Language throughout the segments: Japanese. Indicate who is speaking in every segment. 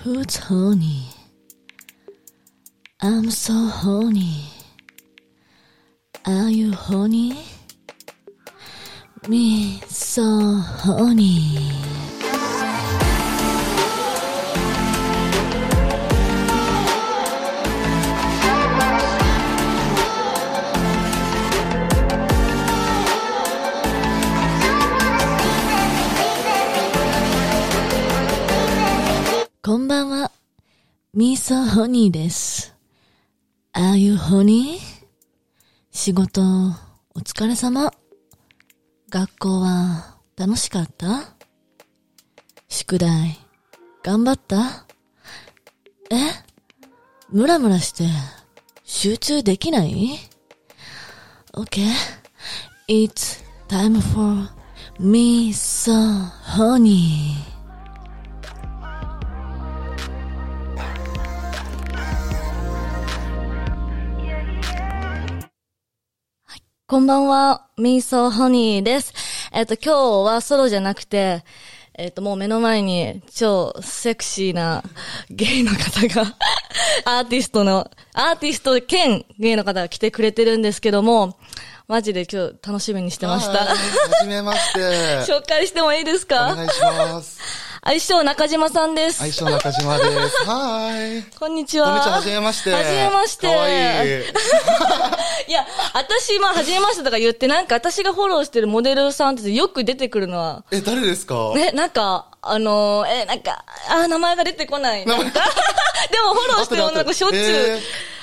Speaker 1: Who's horny? I'm so horny. Are you horny? Me so horny. こんばんは。ミーソホニーです。Are you honey? 仕事、お疲れ様。学校は楽しかった宿題、頑張ったえムラムラして、集中できない ?Okay. It's time for me so honey.
Speaker 2: こんばんは、ミーソーホニーです。えっ、と、今日はソロじゃなくて、えっ、と、もう目の前に超セクシーなゲイの方が、 アーティストの、アーティスト兼ゲイの方が来てくれてるんですけども、マジで今日楽しみにしてまし
Speaker 3: は
Speaker 2: た。
Speaker 3: じめまして。
Speaker 2: 紹介してもいいです
Speaker 3: お
Speaker 2: か
Speaker 3: 願いします。
Speaker 2: 相性中島さんです。
Speaker 3: 愛称中島です。はーい。
Speaker 2: こんにち
Speaker 3: こん
Speaker 2: は。
Speaker 3: にちは、はじめまして。
Speaker 2: はじめまして。
Speaker 3: かわいい。
Speaker 2: いや、私、まあ、はじめましてとか言って、なんか私がフォローしてるモデルさんってよく出てくるのは、
Speaker 3: え、誰ですか
Speaker 2: ね、なんか、あのーえ、なんか、あー、名前が出てこない。なんか でも、フォローしてる女の子しょっちゅう、
Speaker 3: えー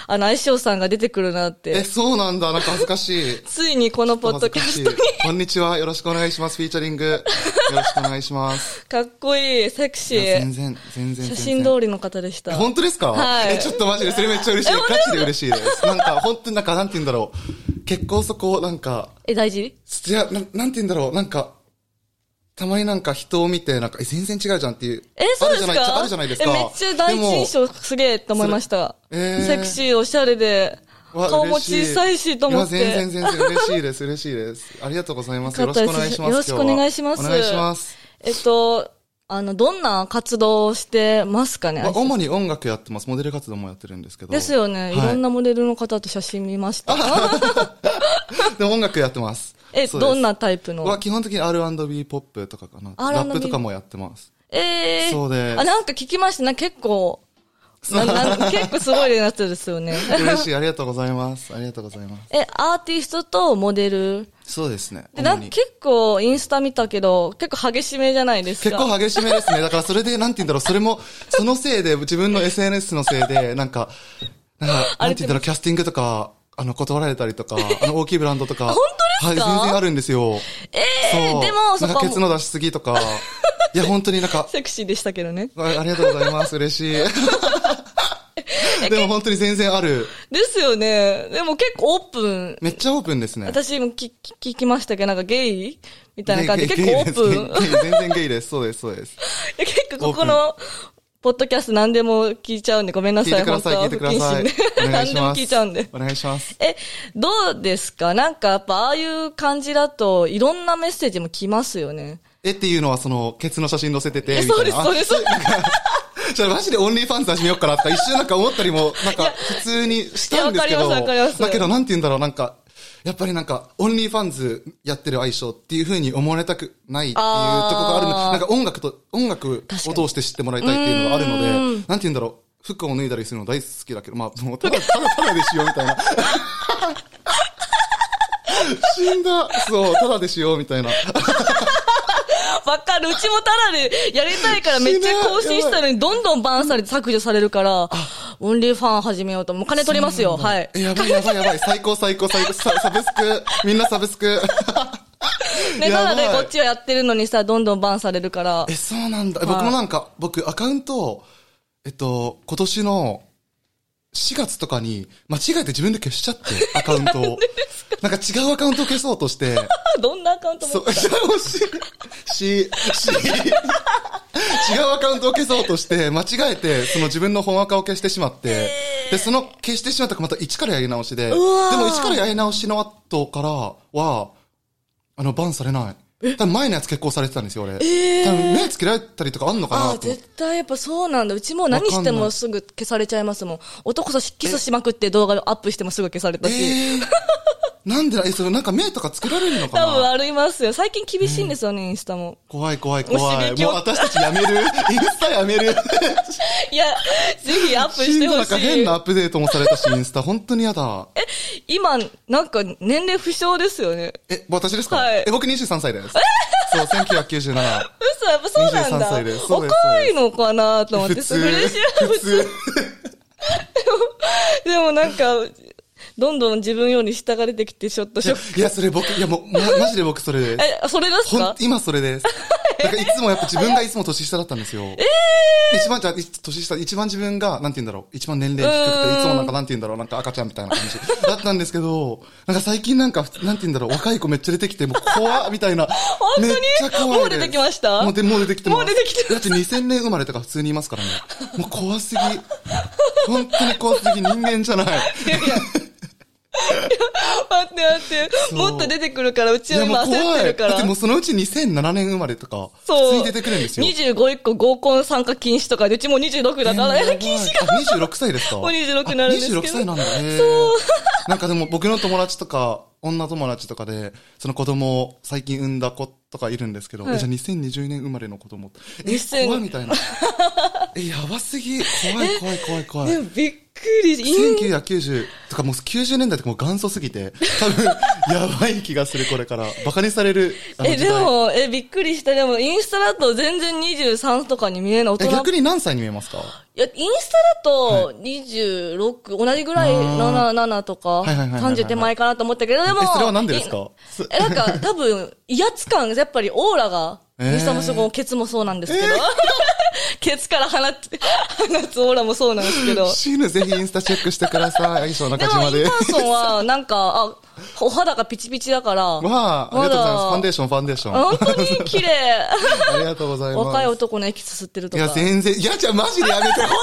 Speaker 2: あの、相性さんが出てくるなっ
Speaker 3: え、
Speaker 2: て。
Speaker 3: そうなんだ。なんか恥ずかしい。
Speaker 2: ついにこ のポッドキャストに
Speaker 3: 恥ず、かしいこんにちは。よろしくお願いします。フィーチャリング。よろしくお願いします。
Speaker 2: かっこいい、セクシ
Speaker 3: いや
Speaker 2: ー
Speaker 3: 全。然、全然。
Speaker 2: 写
Speaker 3: 全
Speaker 2: 真
Speaker 3: 然
Speaker 2: 通りの方でした。
Speaker 3: 本当ですか
Speaker 2: はい
Speaker 3: え、ちょっとマジで、それめっちゃ嬉しい。ガチで嬉しいです。なんか、本当になんか、なんて言うんだろう。結構そこ、なんか、
Speaker 2: え、大事
Speaker 3: いや、なん、なんて言うんだろう、なんか、たまになんか人を見て、なんか、え、全然違うじゃんっていう。
Speaker 2: え、そうです
Speaker 3: あるじゃない
Speaker 2: か
Speaker 3: あるじゃないですか。
Speaker 2: え、めっちゃ第一印
Speaker 3: でも
Speaker 2: 象すげえと思いました。
Speaker 3: それえー
Speaker 2: セクシー、おしゃれで、
Speaker 3: わ
Speaker 2: 顔も
Speaker 3: 嬉し
Speaker 2: 小さいしと思っ
Speaker 3: いや、全
Speaker 2: て。
Speaker 3: 然全然嬉しいです、嬉しいです。ありがとうございます。よ
Speaker 2: よか
Speaker 3: ろ
Speaker 2: ったで
Speaker 3: しくお
Speaker 2: す
Speaker 3: 願いします。
Speaker 2: よろしくお願いします
Speaker 3: 今日はお願いします。
Speaker 2: えっと、あの、どんな活動をしてますかね
Speaker 3: まあ、主に音楽やってます。モデル活動もやってるんですけど。
Speaker 2: ですよね、
Speaker 3: はい
Speaker 2: い。ろんなモデルの方と写真見ま した。
Speaker 3: でも音楽やってます。
Speaker 2: え、
Speaker 3: そうです
Speaker 2: どんなタイプ
Speaker 3: は
Speaker 2: の
Speaker 3: 基本的に R&B ポップとかかな。
Speaker 2: R&B
Speaker 3: ラップとかもやってます。
Speaker 2: えー、
Speaker 3: そうです
Speaker 2: あ、なんか聞きましたな、結構。 なな結構すごいなってですよね。
Speaker 3: 嬉しい、ありがとうございます。ありがとうございま
Speaker 2: え、アーティストとモデル。
Speaker 3: す。そうですね。
Speaker 2: で、な
Speaker 3: 主
Speaker 2: んか
Speaker 3: に
Speaker 2: 結構インスタ見たけど、結構激しめじゃないです
Speaker 3: 結
Speaker 2: か。
Speaker 3: 構激しめですね。だからそれで、なんて言うんだろう、それも、そのせいで、自分の SNS のせいで、なんか、なんか、なんて言うんだろう、キャスティングとか、あの、断られたりとか、あの、大きいブランドとか。本
Speaker 2: 当ですか
Speaker 3: はい、全然あるんですよ。
Speaker 2: えーでもそこは
Speaker 3: なんか、ケツの出しすぎとか。いや、本当になんか、
Speaker 2: セクシーでしたけどね。
Speaker 3: あありがとうございます。嬉しい。でも本当に全然ある。
Speaker 2: ですよね。でも結構オープン。
Speaker 3: めっちゃオープンですね。
Speaker 2: 私も聞き聞きましたけど、なんかゲイみたいな感じで
Speaker 3: ゲイ
Speaker 2: 結構オープン。い
Speaker 3: ゲイですゲイゲイ全然ゲイです。そうです、そうです。
Speaker 2: や結構ここの、ポッドキャスト何でも聞いちゃうんで、ごめんな
Speaker 3: 聞い
Speaker 2: さ
Speaker 3: て
Speaker 2: い、
Speaker 3: くだ
Speaker 2: 本当
Speaker 3: さい、聞
Speaker 2: はい
Speaker 3: て
Speaker 2: 不
Speaker 3: く
Speaker 2: 謹
Speaker 3: だ
Speaker 2: 慎
Speaker 3: さい
Speaker 2: で。。
Speaker 3: お願い
Speaker 2: 何
Speaker 3: し
Speaker 2: でも
Speaker 3: ます。
Speaker 2: 聞いちゃうんで。
Speaker 3: お願いします。
Speaker 2: え、どうですかなんかやっぱああいう感じだといろんなメッセージも来ますよね。
Speaker 3: えっていうのは、その、ケツの写真載せてて、
Speaker 2: え
Speaker 3: みた
Speaker 2: そう
Speaker 3: い
Speaker 2: です、
Speaker 3: な。
Speaker 2: そうです。
Speaker 3: あじゃあ、マジでオンリーファンズ始めようかなとか、一瞬なんか思ったりも、なんか、普通にしたんですけ
Speaker 2: いやわかりま
Speaker 3: ど。
Speaker 2: すわかります
Speaker 3: だけど、なんて言うんだろう、なんか、やっぱりなんか、オンリーファンズやってる相性っていう風に思われたくないっていうとこがあるの。
Speaker 2: あー
Speaker 3: なんか音楽と、音楽を
Speaker 2: 確か
Speaker 3: 通して知ってもらいたいっていうのがあるので、なんて言うんだろう、服を脱いだりするの大好きだけど、まあ、もう、ただ、ただ、ただでしようみた いな。死んだ。そう、ただでしようみたいな。
Speaker 2: わかる。うちもタラでやりたいからめっちゃ更新したのに、どんどんバンされて削除されるから、オンリーファン始めようと。もう金取りますよ。はい。
Speaker 3: えやばいやばいやばい。最高最高最高。ササブスク。みんなサブスク。
Speaker 2: ね、
Speaker 3: やば
Speaker 2: ないのでこっちはやってるのにさ、どんどんバンされるから
Speaker 3: え、。そうなんだ。僕もなんか、僕アカウントを、えっと、今年の4月とかに、間違えて自分で消しちゃって、アカウントを。なんか違うアカウントを消そうとして、
Speaker 2: どんなアカウント
Speaker 3: そ
Speaker 2: も。
Speaker 3: う、 し、し、し、違うアカウントを消そうとして、間違えて、その自分の本アカを消してしまって、で、その消してしまったからまた一からやり直しで、で
Speaker 2: わー
Speaker 3: も一からやり直しの後からは、あの、バンされない。多分前のやつ結婚されてたんですよ、俺。多分目つけられたりとかあんのか
Speaker 2: あ
Speaker 3: な
Speaker 2: あ、
Speaker 3: と思って。
Speaker 2: 絶対やっぱそうなんだ。うちもう何してもすぐ消されちゃいますもん。男とキスしまくって動画をアップしてもすぐ消されたし。
Speaker 3: えー、 なんでだえ、それなんか目とかつけられるのか
Speaker 2: 多分
Speaker 3: な
Speaker 2: ありますよ。最近厳しいんですよね、インスタも。
Speaker 3: 怖い怖い怖
Speaker 2: お
Speaker 3: い。
Speaker 2: 尻
Speaker 3: もう
Speaker 2: を
Speaker 3: 私たちやめる。 インスタやめる。
Speaker 2: いや、ぜひアップして
Speaker 3: な
Speaker 2: ほ
Speaker 3: んか変
Speaker 2: し
Speaker 3: なアップデートもさ れたし、インスタ。本当に嫌だ。え、
Speaker 2: い。今、なんか年齢不詳ですよね。
Speaker 3: 私ですか、
Speaker 2: はい
Speaker 3: え、僕23歳です。そう、1997。
Speaker 2: 嘘、やっぱそうなん
Speaker 3: 23
Speaker 2: だ。
Speaker 3: 歳ですそうです
Speaker 2: 若いのかなと思って、
Speaker 3: 普
Speaker 2: それ
Speaker 3: 通。
Speaker 2: 嬉しい。
Speaker 3: 普通。
Speaker 2: でもなんか、どんどん自分より下が出てきて、ちょっとショック。
Speaker 3: いや、それ僕、いやもう、ま、マジで僕それです。
Speaker 2: え、それです
Speaker 3: ほん
Speaker 2: か、
Speaker 3: 今そ れです。だからいつもやっぱ自分がいつも年下だったんですよ。え一番じゃあ、い年下、一番自分が、なんて言うんだろう、一番年齢低く
Speaker 2: うーん
Speaker 3: て、いつもなんかなんて言うんだろう、なんか赤ちゃんみたいな感 じだったんですけど、なんか最近なんか、普通なんて言うんだろう、若い子めっちゃ出てきて、もう怖っみたいな。
Speaker 2: 本当に
Speaker 3: めっちゃ怖いです
Speaker 2: もう出てきました
Speaker 3: もうでもう出てきてます
Speaker 2: もう出てきてます
Speaker 3: だって2000年生まれとか普通にいますからね。もう怖すぎ。本当に怖すぎ、人間じゃない。
Speaker 2: いやいや待って待って。
Speaker 3: そう
Speaker 2: もっと出てくるから、う ち
Speaker 3: いや
Speaker 2: は
Speaker 3: も
Speaker 2: 今
Speaker 3: う
Speaker 2: 焦っ
Speaker 3: 怖
Speaker 2: て
Speaker 3: い。
Speaker 2: るか
Speaker 3: だって
Speaker 2: ら
Speaker 3: もう。そのうち2007年生まれとか、普
Speaker 2: そ
Speaker 3: 通
Speaker 2: う。
Speaker 3: に出てくるんですよ。
Speaker 2: 25一個合コン参加禁止とかで、うちもう26だから、禁止
Speaker 3: が。26歳ですか
Speaker 2: もう26になるんですけど
Speaker 3: あ26歳なんだね。なんかでも僕の友達とか、女友達とかで、その子供を最近産んだ子とかいるんですけど、
Speaker 2: はい
Speaker 3: えじゃあ2020年生まれの子供って。え、
Speaker 2: 2000
Speaker 3: 怖いみたいな。え、やばすぎ。怖い怖い怖い怖
Speaker 2: で
Speaker 3: い。
Speaker 2: もびっくりし、イン
Speaker 3: 1990とかもう90年代とかもう元祖す ぎて、多分、やばい気がするこれから。バカにされる。あの
Speaker 2: え、
Speaker 3: 時
Speaker 2: で
Speaker 3: 代
Speaker 2: も、え、びっくりした。でも、インスタだと全然23とかに見えない大人っ
Speaker 3: え、
Speaker 2: ぽい
Speaker 3: 逆に何歳に見えますかはい
Speaker 2: や、インスタだと、26、同じぐらい、
Speaker 3: あー
Speaker 2: 7、7とか、
Speaker 3: はいはいはいはいはい
Speaker 2: 30手前かなと思ったけど、でも、
Speaker 3: え、それはなんでですか
Speaker 2: いえ、なんか、多分、威圧感、やっぱりオーラが、
Speaker 3: えー
Speaker 2: インスタもすごい、ケツもそうなんですけど、 ケツから放つ、放つオーラもそうなんですけ ど、
Speaker 3: 死ぬ、ぜひインスタチェックしてください。愛称
Speaker 2: で
Speaker 3: 中
Speaker 2: も、イ
Speaker 3: 島
Speaker 2: ン
Speaker 3: で
Speaker 2: タ。ーソンは、なんか、あ、お肌がピチピチだから、
Speaker 3: わあ、ありがとうございます。ファンデー
Speaker 2: シ
Speaker 3: ション、ファンデーション。
Speaker 2: 本当に綺 麗。
Speaker 3: ありがとうございます。
Speaker 2: 若い男のエキス吸ってると
Speaker 3: いや、
Speaker 2: か。
Speaker 3: 全然、いや、じゃあマジでやめて、ほ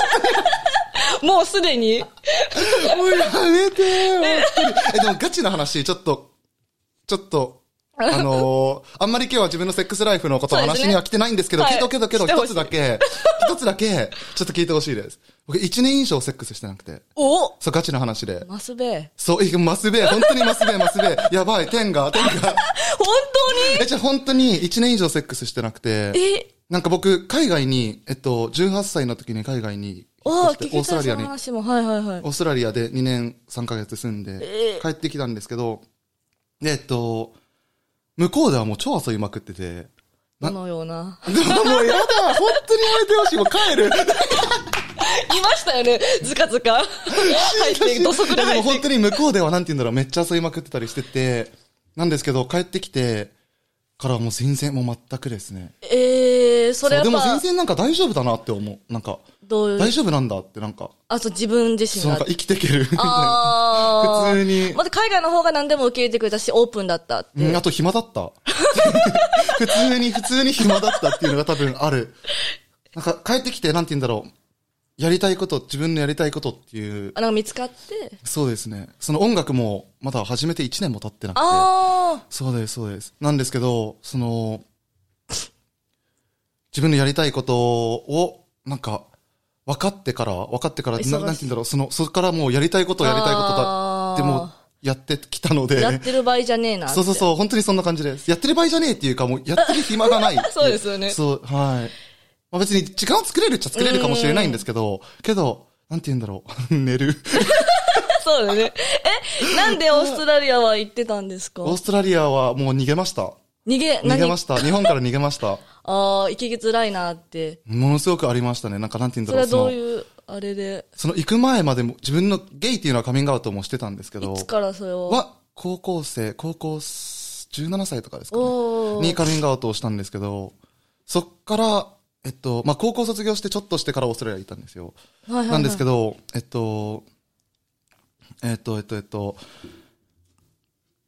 Speaker 2: もうすでに
Speaker 3: んとにやめてよ。本 当にえ、でもガチな話、ちょっと、ちょっと、あ のー、あんまり今日は自分のセックスライフのことを
Speaker 2: そうですね
Speaker 3: 話には来てないんですけど、
Speaker 2: はい
Speaker 3: けどけどけど、
Speaker 2: してほ
Speaker 3: 一
Speaker 2: しい
Speaker 3: つだけ、一つだけ、ちょっと聞いてほしいです。僕、一年以上セックスしてなくて。
Speaker 2: お
Speaker 3: そう、ガチな話で。
Speaker 2: マスベ
Speaker 3: そう、いやマスベ、本当にマスベ、マスベ。やばい、天が、天 が。
Speaker 2: 本当
Speaker 3: え、じゃあ本当に1年以上セックスしてなくて。
Speaker 2: にえ
Speaker 3: なんか僕、海外に、えっと、18歳の時に海外に引っ
Speaker 2: ああ、
Speaker 3: 越して、
Speaker 2: 聞
Speaker 3: オ
Speaker 2: き
Speaker 3: ースト
Speaker 2: た
Speaker 3: ラ
Speaker 2: い
Speaker 3: リ
Speaker 2: そ
Speaker 3: ア
Speaker 2: の
Speaker 3: に、
Speaker 2: 話も。はいはいはい
Speaker 3: オ。ーストラリアで2年3ヶ月住ん
Speaker 2: え
Speaker 3: で
Speaker 2: え、
Speaker 3: 帰ってきたんですけど、で、えっと、向こうではもう超遊びまくってて、
Speaker 2: ど
Speaker 3: な
Speaker 2: のような。
Speaker 3: でももうやだ本当にやめてほしいもう帰る
Speaker 2: いましたよね。ずかず か。入っていく、土足で
Speaker 3: いや
Speaker 2: 入
Speaker 3: でも
Speaker 2: ってい
Speaker 3: 本
Speaker 2: く。
Speaker 3: 当に向こうではなんて言うんだろう、めっちゃ遊びまくってたりしてて、なんですけど、帰ってきてからはもう全然もう全くですね。
Speaker 2: えー、それ
Speaker 3: そう
Speaker 2: やっ
Speaker 3: でも全
Speaker 2: ぱ、
Speaker 3: 然なんか大丈夫だなって思う。なんか、
Speaker 2: どういう
Speaker 3: 大、丈夫なんだってなんか、
Speaker 2: あと自分自
Speaker 3: そ
Speaker 2: 身
Speaker 3: うな
Speaker 2: が
Speaker 3: んか。生きていけるみたいな。
Speaker 2: ああ。
Speaker 3: 普通に
Speaker 2: また海外の方が何でも受け入れてくれたし、オープンだったっ
Speaker 3: うん
Speaker 2: て。
Speaker 3: あと暇だった。 普通に、普通に暇だったっていうのが多分ある。なんか帰ってきて、なんて言うんだろう。やりたいこと、自分のやりたいことっていう
Speaker 2: あ、。なんか見つかって。
Speaker 3: そうですね。その音楽もまだ始めて1年も経ってなくて。
Speaker 2: ああ。
Speaker 3: そうです、そうです。なんですけど、その、自分のやりたいことを、なんか、分かってから、分かってから、
Speaker 2: 忙し
Speaker 3: ないなんて言うんだろう、その、そこからもうやりたいことをやりたいことだって、
Speaker 2: あー
Speaker 3: もう、やってきたので。
Speaker 2: やってる場合じゃねえなって。。
Speaker 3: そうそうそう、本当にそんな感じです。やってる場合じゃねえっていうか、もうやってる暇がない
Speaker 2: そうですよね
Speaker 3: そう、はい。まあ別に時間を作れるっちゃ作れるかもしれないんですけど、けど、なんて言うんだろう。 寝る。
Speaker 2: そうだね。え、なんでオーストラリアは行ってたんですか
Speaker 3: オーストラリアはもう逃げました。
Speaker 2: 逃げ、
Speaker 3: 逃げま
Speaker 2: し
Speaker 3: した。日本から逃げました。
Speaker 2: ああ、行きづらいなって。
Speaker 3: ものすごくありましたね。なんかなんて言うん
Speaker 2: そ
Speaker 3: だ
Speaker 2: れ
Speaker 3: ろ
Speaker 2: は
Speaker 3: う。そ
Speaker 2: どう
Speaker 3: の、
Speaker 2: いう、あれで、
Speaker 3: その行く前までも自分のゲイっていうのはカミングアウトもしてたんですけど
Speaker 2: い、つからそれを。
Speaker 3: は、高校生、高校17歳とかですかね。
Speaker 2: お
Speaker 3: に
Speaker 2: ー。
Speaker 3: カミングアウトをしたんですけど、そっから、えっと、まあ、高校卒業してちょっとしてからオーストラリアに行ったんですよ。
Speaker 2: はいはいはい
Speaker 3: なんですけど、えっと、えっと、えっと、えっと、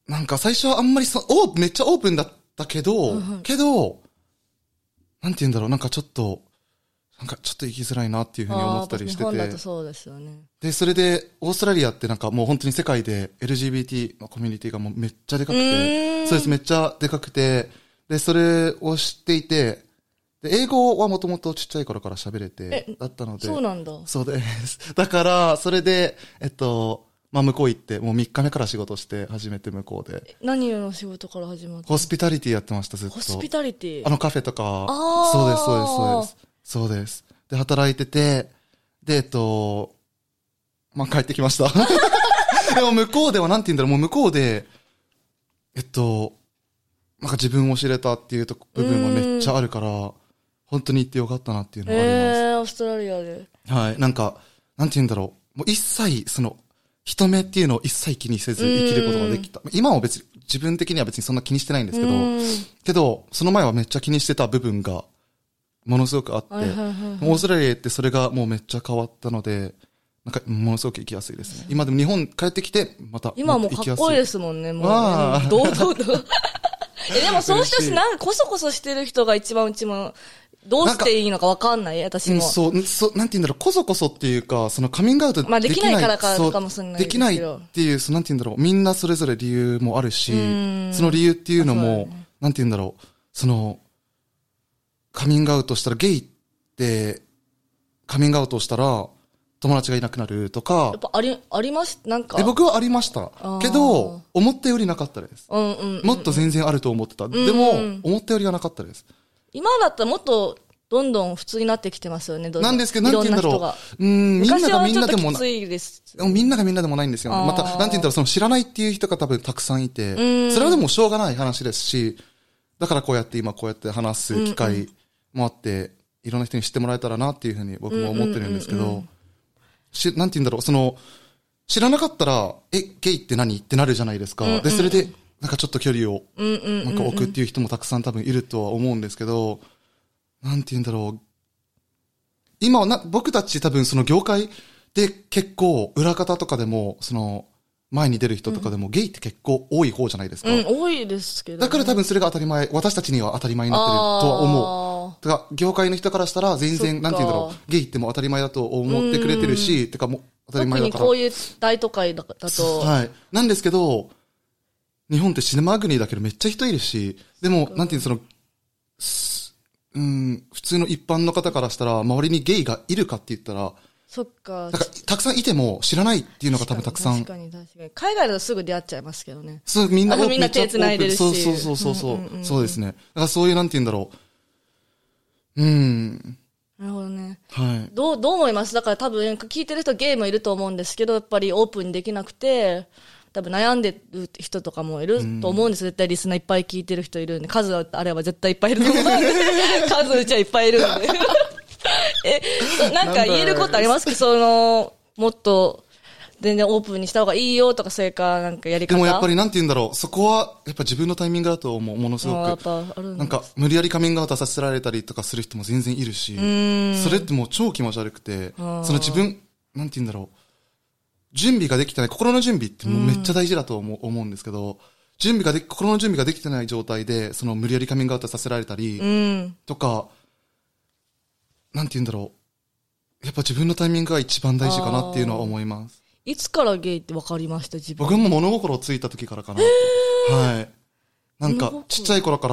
Speaker 3: なんか最初はあんまりそ、おめっちゃオープンだったけど、けど、なんて言うんだろう、なんかちょっと、なんかちょっと行きづらいなっていうふうに思ったりして
Speaker 2: あー日本だと
Speaker 3: て。
Speaker 2: そうですよね。
Speaker 3: で、それで、オーストラリアってなんかもう本当に世界で LGBT のコミュニティがもうめっちゃでかく
Speaker 2: うー
Speaker 3: て、
Speaker 2: ん
Speaker 3: そうです、めっちゃでかくて、で、それを知っていて、で英語はもともとちっちゃい頃から喋れて
Speaker 2: え、
Speaker 3: だったので。
Speaker 2: そうなんだ。
Speaker 3: そうです。 だから、それで、えっと、まあ、向こう行って、もう3日目から仕事して、初めて向こうで。
Speaker 2: 何の仕事から始まった
Speaker 3: ホスピタリティやってました、ずっと。
Speaker 2: ホスピタリティ。
Speaker 3: あのカフェとか
Speaker 2: あ、ー
Speaker 3: そうです、そうです、そうです。そうです。で、働いてて、で、えっと、まあ、帰ってき ました。でも向こうでは、なんて言うんだろう、もう向こうで、えっと、なんか自分を知れたっていうとこ部分がめっちゃあるから、本当に行ってよかったなっていうのがあります。
Speaker 2: えー、オーストラリアで。
Speaker 3: はい。なんか、なんて言うんだろう。もう一切、その、人目っていうのを一切気にせず
Speaker 2: うん
Speaker 3: 生きることができた。今は別に、自分的には別にそんな気にしてないんですけ
Speaker 2: う
Speaker 3: ど、
Speaker 2: ん
Speaker 3: けど、その前はめっちゃ気にしてた部分が、ものすごくあって、
Speaker 2: はいはいはいはい。
Speaker 3: オーストラリアってそれがもうめっちゃ変わったので、なんか、ものすごく行きやすいですね。今でも日本帰ってきて、また、
Speaker 2: 今も
Speaker 3: っ
Speaker 2: か
Speaker 3: と行きや
Speaker 2: っ
Speaker 3: す
Speaker 2: こいいですもんね、もう
Speaker 3: わ
Speaker 2: ね。
Speaker 3: あ
Speaker 2: 堂々と。 え、でもその人
Speaker 3: 嬉しい
Speaker 2: なんかこそこそしてる人が一番うちも、どうしていいのかわかんない、私
Speaker 3: うん
Speaker 2: も。
Speaker 3: そう、そう、なんて言うんだろう、こそこそっていうか、そのカミングアウト
Speaker 2: まあできないからか
Speaker 3: そう
Speaker 2: かもしれない
Speaker 3: で
Speaker 2: です
Speaker 3: き
Speaker 2: け
Speaker 3: な
Speaker 2: ど
Speaker 3: いっていう、そのなんて言うんだろう、みんなそれぞれ理由もあるし
Speaker 2: うん、
Speaker 3: その理由っていうのも
Speaker 2: そうだね、
Speaker 3: なんて言うんだろう、その、カミングアウトしたら、ゲイって、カミングアウトしたら、友達がいなくなるとか
Speaker 2: やっ、ぱあり、あります、なんか。
Speaker 3: で僕はありました
Speaker 2: あー。
Speaker 3: けど、思ったよりなかったです。
Speaker 2: うんうんうん。
Speaker 3: もっと全然あると思ってた。でも、思ったよりはなかったです。
Speaker 2: 今だったらもっと、どんどん普通になってきてますよね、どど
Speaker 3: なんですけど、なんて言うんだ
Speaker 2: いろんな
Speaker 3: ろ
Speaker 2: 人が
Speaker 3: う。うん、みんな
Speaker 2: 昔
Speaker 3: が
Speaker 2: は
Speaker 3: みん
Speaker 2: ちょ
Speaker 3: な
Speaker 2: っ
Speaker 3: で
Speaker 2: と
Speaker 3: も
Speaker 2: き
Speaker 3: な
Speaker 2: ついです。
Speaker 3: でもみんながみんなでもないんですよ
Speaker 2: あ
Speaker 3: ね。
Speaker 2: ー
Speaker 3: また、なんて言ったら、その知らないっていう人が多分たくさんいて、
Speaker 2: ん
Speaker 3: それはでもしょうがない話ですし、だからこうやって今こうやって話す機会もあって、いろんな人に知ってもらえたらなっていうふうに僕も思ってるんですけど、し、なんて言うんだろう、その、知らなかったら、え、ゲイって何ってなるじゃないですか。で、それで、なんかちょっと距離を、
Speaker 2: うんうん
Speaker 3: なんか置くっていう人もたくさん多分いるとは思うんですけど、なんて言うんだろう。今はな、僕たち多分その業界で結構裏方とかでも、その前に出る人とかでもゲイって結構多い方じゃないですか。
Speaker 2: うん、多いですけどね。
Speaker 3: だから多分それが当たり前、私たちには当たり前になってるとは思う。
Speaker 2: 思
Speaker 3: だから業界の人からしたら全
Speaker 2: そっ
Speaker 3: 然、
Speaker 2: か
Speaker 3: なんて言うんだろう。ゲイってもう当たり前だと思ってくれてるし、てかもう当た
Speaker 2: 特
Speaker 3: り前だ
Speaker 2: に
Speaker 3: から
Speaker 2: こ。ういう大都会だだと、
Speaker 3: はい。なんですけど、日本ってシネマグニーだけどめっちゃ人いるし、でも、なんていうのその、すうん、普通の一般の方からしたら、周りにゲイがいるかって言ったら、
Speaker 2: そっか。
Speaker 3: なんか、たくさんいても知らないっていうのが多分たくさん
Speaker 2: 確、かに確かに。海外だとすぐ出会っちゃいますけどね。
Speaker 3: そう、みんな
Speaker 2: あみんな手繋いでるし
Speaker 3: そうそうそうそうそう、
Speaker 2: うんうんうん
Speaker 3: そうですね。だからそういう、なんていうんだろう。うん、
Speaker 2: なるほどね。
Speaker 3: はい。
Speaker 2: どう、どう思いますだから多分、聞いてる人ゲームいると思うんですけど、やっぱりオープンにできなくて、多分悩んでる人とかもいると思うんです。絶対リスナーいっぱい聞いてる人いるんで、数あれば絶対いっぱいいると思うん で、数うちはいっぱいいるんで。 え、そうなんか言えることありますかその、もっと、全然オープンにした方がいいよとか、それか、なんかやり
Speaker 3: で
Speaker 2: 方
Speaker 3: もやっぱり、なんていうんだろう。そこは、やっぱ自分のタイミングだと思う、ものすごく。
Speaker 2: あーやっぱあるん
Speaker 3: なんか、無理やりカミングアウトさせられたりとかする人も全然いるし、それってもう超気持ち悪くて、その自分、なんて言うんだろう、準備ができてない、心の準備ってもうめっちゃ大事だと思う思うんですけど、準備ができ、心の準備ができてない状態で、その無理やりカミングアウトさせられた
Speaker 2: う
Speaker 3: り、
Speaker 2: ん。
Speaker 3: とか、なんて言うんだろう、やっぱ自分のタイミングが一番大事かなっていうのは思います。
Speaker 2: いつからゲイって分かりました自分。
Speaker 3: 僕も物心ついた時からかな。はい。なん
Speaker 2: 物
Speaker 3: か
Speaker 2: 心、
Speaker 3: ちっちゃい頃か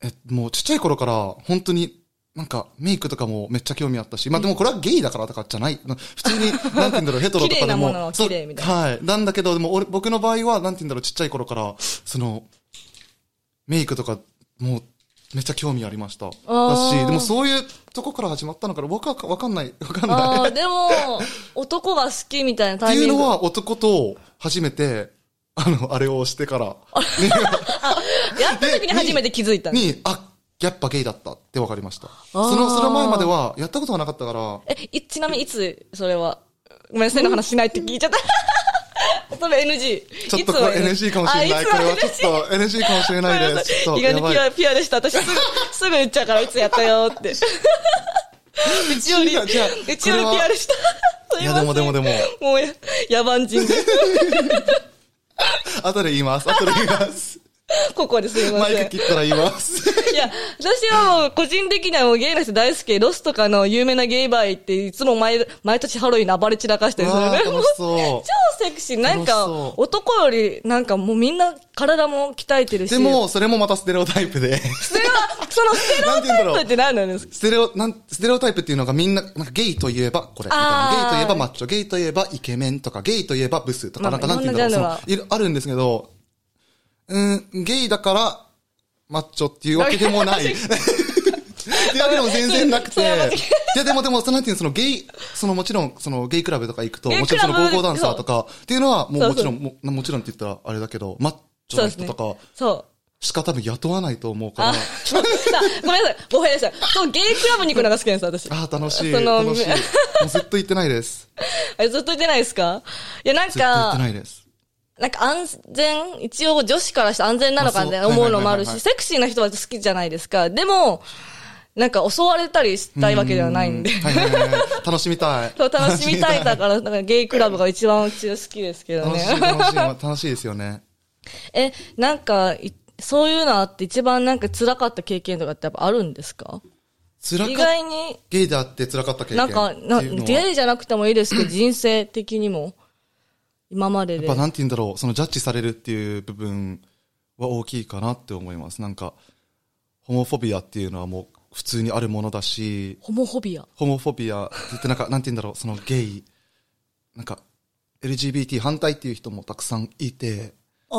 Speaker 3: ら、え、もうちっちゃい頃から、本当に、なんか、メイクとかもめっちゃ興味あったし、まあでもこれはゲイだからとかじゃない。普通に、なんて言うんだ ろう、ヘトロと
Speaker 2: 綺麗
Speaker 3: かでも。
Speaker 2: なものは綺麗みたい
Speaker 3: な。はい。なんだけど、でも俺、僕の場合は、なんて言うんだろう、ちっちゃい頃から、その、メイクとか、もう、めっちゃ興味ありました。だし、
Speaker 2: ー
Speaker 3: でもそういうとこから始まったのかな僕はわかんない。わかんない。
Speaker 2: ああ、で も、男が好きみたいな
Speaker 3: っ
Speaker 2: タ
Speaker 3: て
Speaker 2: イ
Speaker 3: い
Speaker 2: ミン
Speaker 3: う
Speaker 2: グ。
Speaker 3: のは男と初めて、あの、あれをしてから、
Speaker 2: やった時に初めて気づいた。
Speaker 3: に、あ、やっぱゲイだったって分かりました。
Speaker 2: ー
Speaker 3: その、その前までは、やったことがなかったから、
Speaker 2: え、いちなみにいつ、それは。ごめんなさい、の話しないって聞いちゃった。 それ NG。
Speaker 3: ちょっとこれ NG かもしれない。これはちょっと NG かもしれないです。ちょっと、
Speaker 2: 意外
Speaker 3: や
Speaker 2: に
Speaker 3: ばい
Speaker 2: ピ。ュア、ピュアでした。私すぐ、 すぐ言っちゃうから、いつやったよって。うちより、
Speaker 3: 違う違う
Speaker 2: うちよりピュアでした。す
Speaker 3: い
Speaker 2: い
Speaker 3: や、
Speaker 2: ませ
Speaker 3: で
Speaker 2: ん
Speaker 3: もでもでも、
Speaker 2: もうや、野蛮人です。
Speaker 3: 後で言います。後で言います。
Speaker 2: ここですいま
Speaker 3: マ
Speaker 2: せん。
Speaker 3: イク切ったら言います。
Speaker 2: いや、私はもう個人的にはもうゲイの人大好き。ロスとかの有名なゲイバー行って、いつも毎、毎年ハロウィン暴れ散らかしてる。それ
Speaker 3: わ
Speaker 2: ね
Speaker 3: あ楽しそ
Speaker 2: 超セクシー。なんか、
Speaker 3: 楽しそう
Speaker 2: 男より、なんかもうみんな体も鍛えてる
Speaker 3: う。
Speaker 2: し。
Speaker 3: でも、それもまたステレオタイプで。
Speaker 2: それは、そのステロ
Speaker 3: なんて言うんだろ
Speaker 2: タイプ
Speaker 3: う
Speaker 2: っ。て何なんです か
Speaker 3: ステレオ、なん、ステレオタイプっていうのがみんな、なんかゲイといえばこれみたいな。
Speaker 2: あー
Speaker 3: ゲイといえばマッチョ、ゲイといえばイケメンとか、ゲイといえばブスとか、
Speaker 2: まあ
Speaker 3: なんかなんていうんだろ
Speaker 2: い
Speaker 3: う、そ
Speaker 2: ろん
Speaker 3: の
Speaker 2: なジャンルが
Speaker 3: いろあるんですけど、うん、ゲイだから、マッチョっていうわけでも ない。っていうわけでも全然なくて。
Speaker 2: そ
Speaker 3: い
Speaker 2: れは間違い
Speaker 3: やでもでも、そのなんていうの、そのゲイ、そのもちろん、そのゲイクラブとか行くと、
Speaker 2: ゲイ
Speaker 3: もち
Speaker 2: ク
Speaker 3: ろん
Speaker 2: ラ
Speaker 3: そ
Speaker 2: ブ
Speaker 3: のゴーゴーダンサーとか、っていうのは、もう
Speaker 2: そう
Speaker 3: もちろん、もうもちろんって言ったらあれだけど、マッ
Speaker 2: そ
Speaker 3: チョ
Speaker 2: う
Speaker 3: の
Speaker 2: です
Speaker 3: 人
Speaker 2: ね
Speaker 3: とか、。
Speaker 2: そう。
Speaker 3: しか多分雇わないと思うから
Speaker 2: あ、、そう さごめんなさい。ごめんなさい。そう、ゲイクラブに行くのが好きなんです、私。
Speaker 3: あー楽しい。
Speaker 2: その
Speaker 3: 楽しい。もうずっと行ってないです。
Speaker 2: あれずっと言ってないですかいや、なん
Speaker 3: ずっと言ってな
Speaker 2: か、
Speaker 3: いです。
Speaker 2: なんか安全、一応女子からして安全なのかって
Speaker 3: まあそう
Speaker 2: 思うのもある
Speaker 3: はいはいはいはい
Speaker 2: し、セクシーな人は好きじゃないですか。でも、なんか襲われたりしたいわけではないんで。
Speaker 3: はいはいはいはい。楽しみたい。
Speaker 2: そう、楽しみたいだから、なんかゲイクラブが一番うちは好きですけど
Speaker 3: 楽
Speaker 2: ね
Speaker 3: し。い、楽しい、楽しいですよね。
Speaker 2: え、なんか、いそういうのあって一番なんか辛かった経験とかってやっぱあるんですか
Speaker 3: 辛
Speaker 2: 意
Speaker 3: かった。
Speaker 2: 外に、
Speaker 3: ゲイであって辛かった経験。
Speaker 2: なんか、な、
Speaker 3: っていうのは
Speaker 2: 出会いじゃなくてもいいですけ ど、人生的にも、今まで
Speaker 3: や
Speaker 2: で。
Speaker 3: っぱなんて言うんだろう、そのジャッジされるっていう部分は大きいかなって思います。なんか、ホモフォビアっていうのはもう普通にあるものだし、
Speaker 2: ホモフォビア。
Speaker 3: ホモフォビアって言ってなんか、なんて言うんだろう、そのゲイ、なんか、LGBT 反対っていう人もたくさんいて、
Speaker 2: あ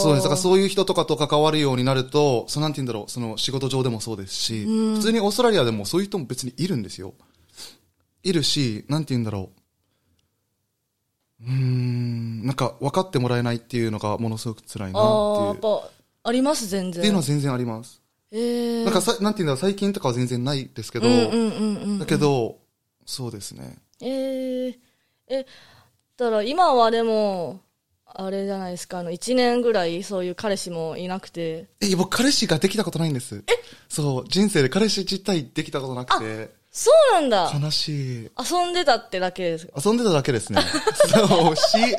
Speaker 3: そうです。だからそういう人とかと関わるようになると、そのなんて言うんだろう、その仕事上でもそうですし、普通にオーストラリアでもそういう人も別にいるんですよ。いるし、なんて言うんだろう。うーん、なんか分かってもらえないっていうのがものすごく辛いな
Speaker 2: ああ、や
Speaker 3: っ
Speaker 2: って
Speaker 3: いう。っ
Speaker 2: ぱ、あります、全然。
Speaker 3: ていうのは全然あります。
Speaker 2: ええ
Speaker 3: なんかさ、なんて言うんだろう、最近とかは全然ないですけど、
Speaker 2: うんうんうんうん。
Speaker 3: だけど、そうですね。
Speaker 2: えええ、だから今はでも、あれじゃないですか、あの、1年ぐらいそういう彼氏もいなくて。
Speaker 3: え、僕彼氏ができたことないんです。えそう、人生で彼氏自体できたことなくて、
Speaker 2: そうなんだ
Speaker 3: 悲しい。
Speaker 2: 遊んでたってだけですか。
Speaker 3: 遊んでただ けですね。そう、し、
Speaker 2: いや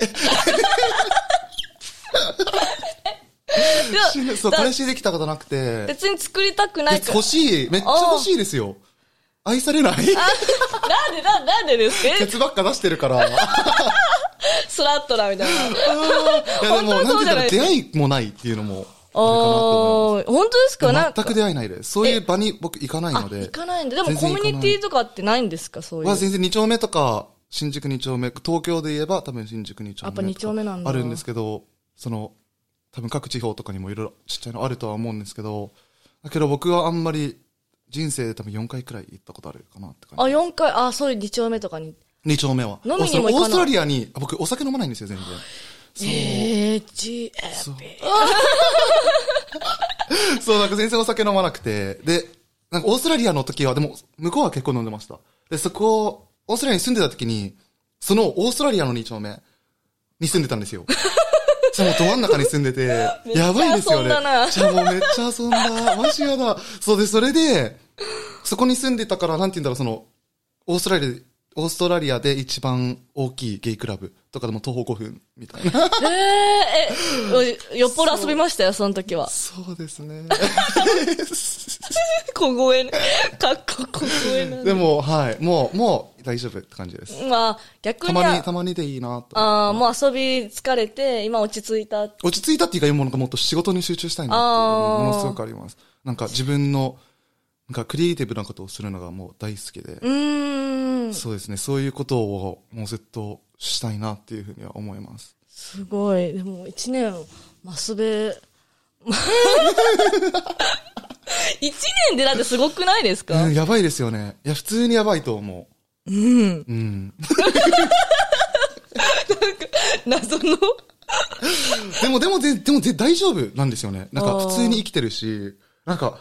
Speaker 3: しそう、
Speaker 2: だ
Speaker 3: 彼氏できたことなくて。
Speaker 2: 別に作りたくないから
Speaker 3: 欲しい。めっちゃ欲しいですよ。愛されない
Speaker 2: なんで、ななんでですか
Speaker 3: ケ
Speaker 2: え
Speaker 3: ツばっか出してる から。
Speaker 2: スラットだみたい な。
Speaker 3: いや、でも、
Speaker 2: 本当は
Speaker 3: なん
Speaker 2: そう
Speaker 3: て言っ
Speaker 2: じゃな
Speaker 3: たら
Speaker 2: い
Speaker 3: 出会いもないっていうのも、あれかなと思い
Speaker 2: おー、本当ですか
Speaker 3: ま
Speaker 2: なん
Speaker 3: す。
Speaker 2: か
Speaker 3: 全く出会いないです。そういう場に僕行かない
Speaker 2: あ
Speaker 3: の、で
Speaker 2: 行。かないんで。でも
Speaker 3: 全
Speaker 2: コ
Speaker 3: 然行
Speaker 2: ミ
Speaker 3: かない
Speaker 2: ュニティとかってないんですかそういう。
Speaker 3: は全然2丁目とか、新宿2丁目、東京で言えば多分新宿2丁目。
Speaker 2: やっぱ二丁目なんだ
Speaker 3: あるんですけど、その、多分各地方とかにもいろいろちっちゃいのあるとは思うんですけど、だけど僕はあんまり人生で多分4回くらい行ったことあるかなって感じ
Speaker 2: あ、。4回、あ、そういう2丁目とかに。
Speaker 3: 二丁目は。
Speaker 2: 飲みにも行かない
Speaker 3: オーストラリアに、あ僕お酒飲まないんですよ、全然。
Speaker 2: えー、G、え
Speaker 3: そう。 そう、なんか全然お酒飲まなくて。で、なんかオーストラリアの時は、でも、向こうは結構飲んでました。で、そこを、オーストラリアに住んでた時に、そのオーストラリアの二丁目に住んでた んですよ。そのど真ん中に住んでて、
Speaker 2: めっちゃ
Speaker 3: やばいですよ
Speaker 2: 遊ん
Speaker 3: ね。
Speaker 2: だな
Speaker 3: じゃあもうめっちゃ遊んだ。マジやだ。そうで、それで、そこに住んでたから、なんて言うんだろう、その、オーストラリアで、オーストラリアで一番大きいゲイクラブとかでも徒歩5分みたいな。
Speaker 2: ー、え、え、よっぽど遊びましたよ、その時は。
Speaker 3: そうですね。
Speaker 2: 小声ね。 かっこ小声な。
Speaker 3: でも、はい。もう、もう大丈夫って感じです。
Speaker 2: まあ、逆に
Speaker 3: たまに、
Speaker 2: は
Speaker 3: た、まにでいいなと。
Speaker 2: ああ、もう遊び疲れて、今落ち着いた。
Speaker 3: 落ち着いたっていうか、今なんかもっと仕事に集中したいなっていうのが
Speaker 2: あー
Speaker 3: ものすごくあります。なんか自分の、なんかクリエイティブなことをするのがもう大好きで、
Speaker 2: うーん、
Speaker 3: そうですね。そういうことをもうずっとしたいなっていうふうには思います。
Speaker 2: すごい。でも、一年、マスベ、 一年でだってすごくないですか
Speaker 3: うん、やばいですよね。いや、普通にやばいと思う。うん。うん。
Speaker 2: 謎の。
Speaker 3: でも、でも、ででも、で大丈夫なんですよね。なん
Speaker 2: あ
Speaker 3: か
Speaker 2: ー
Speaker 3: 普通に生きてるし、なんか、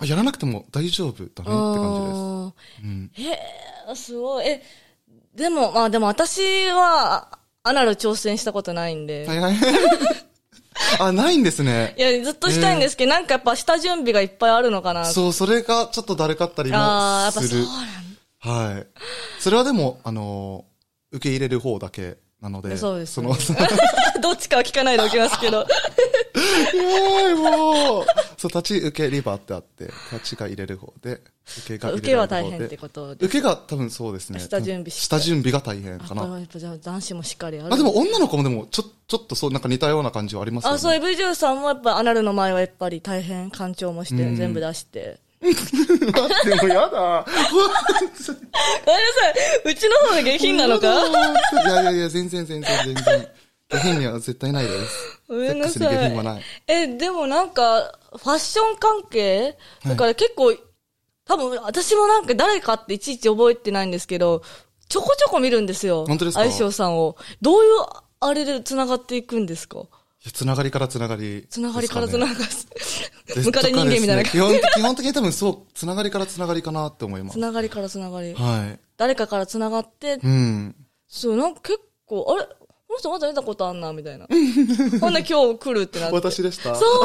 Speaker 3: あやらなくても大丈夫だねって感じです。うん。
Speaker 2: あすごい。え、でも、まあでも私は、アナル挑戦したことないんで。
Speaker 3: はいはい。 あ、ないんですね
Speaker 2: い。や、ずっとしたいんですけど、なんかやっぱ下準備がいっぱいあるのかな。
Speaker 3: そう、それがちょっとだるかったりも
Speaker 2: ああ、やっぱ
Speaker 3: す
Speaker 2: そう
Speaker 3: る
Speaker 2: な。
Speaker 3: はい。それはでも、あのー、受け入れる方だけなので。
Speaker 2: そうです
Speaker 3: そ
Speaker 2: ね
Speaker 3: の、
Speaker 2: ん だ。どっちかは聞かないでおきますけど。
Speaker 3: やばい、もう。そう、立ち受けリバーってあって、立ちが入れる方で、受けが入
Speaker 2: 受
Speaker 3: れ
Speaker 2: け
Speaker 3: ら
Speaker 2: は
Speaker 3: れる
Speaker 2: 大
Speaker 3: 方で。
Speaker 2: 変ってことで
Speaker 3: 受けが多分そうですね。
Speaker 2: 下準備して
Speaker 3: 下準備が大変
Speaker 2: あ
Speaker 3: か
Speaker 2: こ
Speaker 3: な。
Speaker 2: れやっぱじゃあ男子もしっかりある
Speaker 3: あ、でも女の子もでも、ちょ、ちょっとそう、なんか似たような感じはありますよね。
Speaker 2: あそう FJ さんもやっぱアナルの前はやっぱり大変干潮もして
Speaker 3: うん
Speaker 2: 全部出して
Speaker 3: 待って、もうやだ。
Speaker 2: ごめんなさいうちの方が下品なの か
Speaker 3: いやいやいや、全然全然全然。下品には絶対ないです。
Speaker 2: ごめんなさい
Speaker 3: セックスに下品はない。
Speaker 2: え、でもなんか、ファッション関係だから結構、多分私もなんか誰かっていちいち覚えてないんですけど、ちょこちょこ見るんですよ。
Speaker 3: 本当ですか
Speaker 2: 相性さんを。どういう、あれで繋がっていくんですか
Speaker 3: いやつながりからつながり、
Speaker 2: 繋がりから繋がり。
Speaker 3: ですかね
Speaker 2: ムカデ人間みたいな感
Speaker 3: とかですね基本的基 本的に多分そう、つながりからつながりかなって思いま
Speaker 2: つ
Speaker 3: す。
Speaker 2: ながりから繋がり。
Speaker 3: は
Speaker 2: 誰かから繋がって
Speaker 3: い。う、ん。
Speaker 2: そう、なんか結構、あれこの人まだ出たことあんなみたいな。ほんで今日来るってなって。
Speaker 3: 私でした。
Speaker 2: そう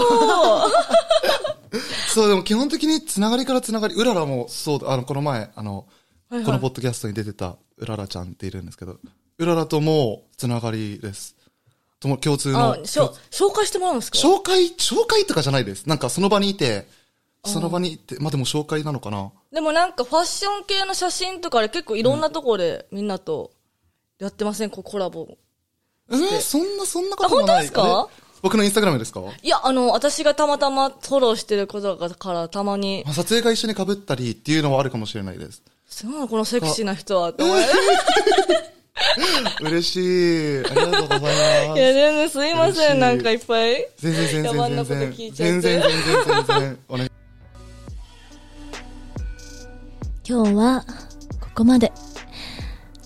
Speaker 3: そう、でも基本的につながりからつながり、うららもそうだ、あの、この前、あの、
Speaker 2: はいはい
Speaker 3: このポッドキャストに出てたうららちゃんっているんですけど、うららともつながりです。とも共通の
Speaker 2: あ、。しょ、紹介してもらうんですか
Speaker 3: 紹介、紹介とかじゃないです。なんかその場にいて、その場にいて、まあでも紹介なのかな。
Speaker 2: でもなんかファッション系の写真とかで結構いろんなところでみんなとやってませんこうコラボ。
Speaker 3: えー、そんな、そんなことも
Speaker 2: あ本当
Speaker 3: ない。
Speaker 2: ですか
Speaker 3: え僕のインスタグラムですか
Speaker 2: いや、あの、私がたまたまフォローしてることだからたま に
Speaker 3: ま、あ撮影が一緒に被ったりっていうのはあるかもしれないです。
Speaker 2: すごいなこのセクシーな人はって思い
Speaker 3: 嬉しい。ありがとうございま
Speaker 2: いや、
Speaker 3: す。
Speaker 2: 全然すいませ
Speaker 3: 嬉し
Speaker 2: ん。
Speaker 3: い
Speaker 2: なんかいっぱい。
Speaker 3: 全然全然
Speaker 2: 野蛮な
Speaker 3: 全
Speaker 2: こと
Speaker 3: 然。
Speaker 2: 聞いちゃって
Speaker 3: 全然全然全然。お願い
Speaker 1: 今日はここまで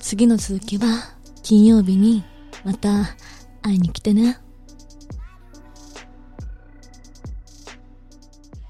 Speaker 1: 次の続きは金曜日にまた会いに来てね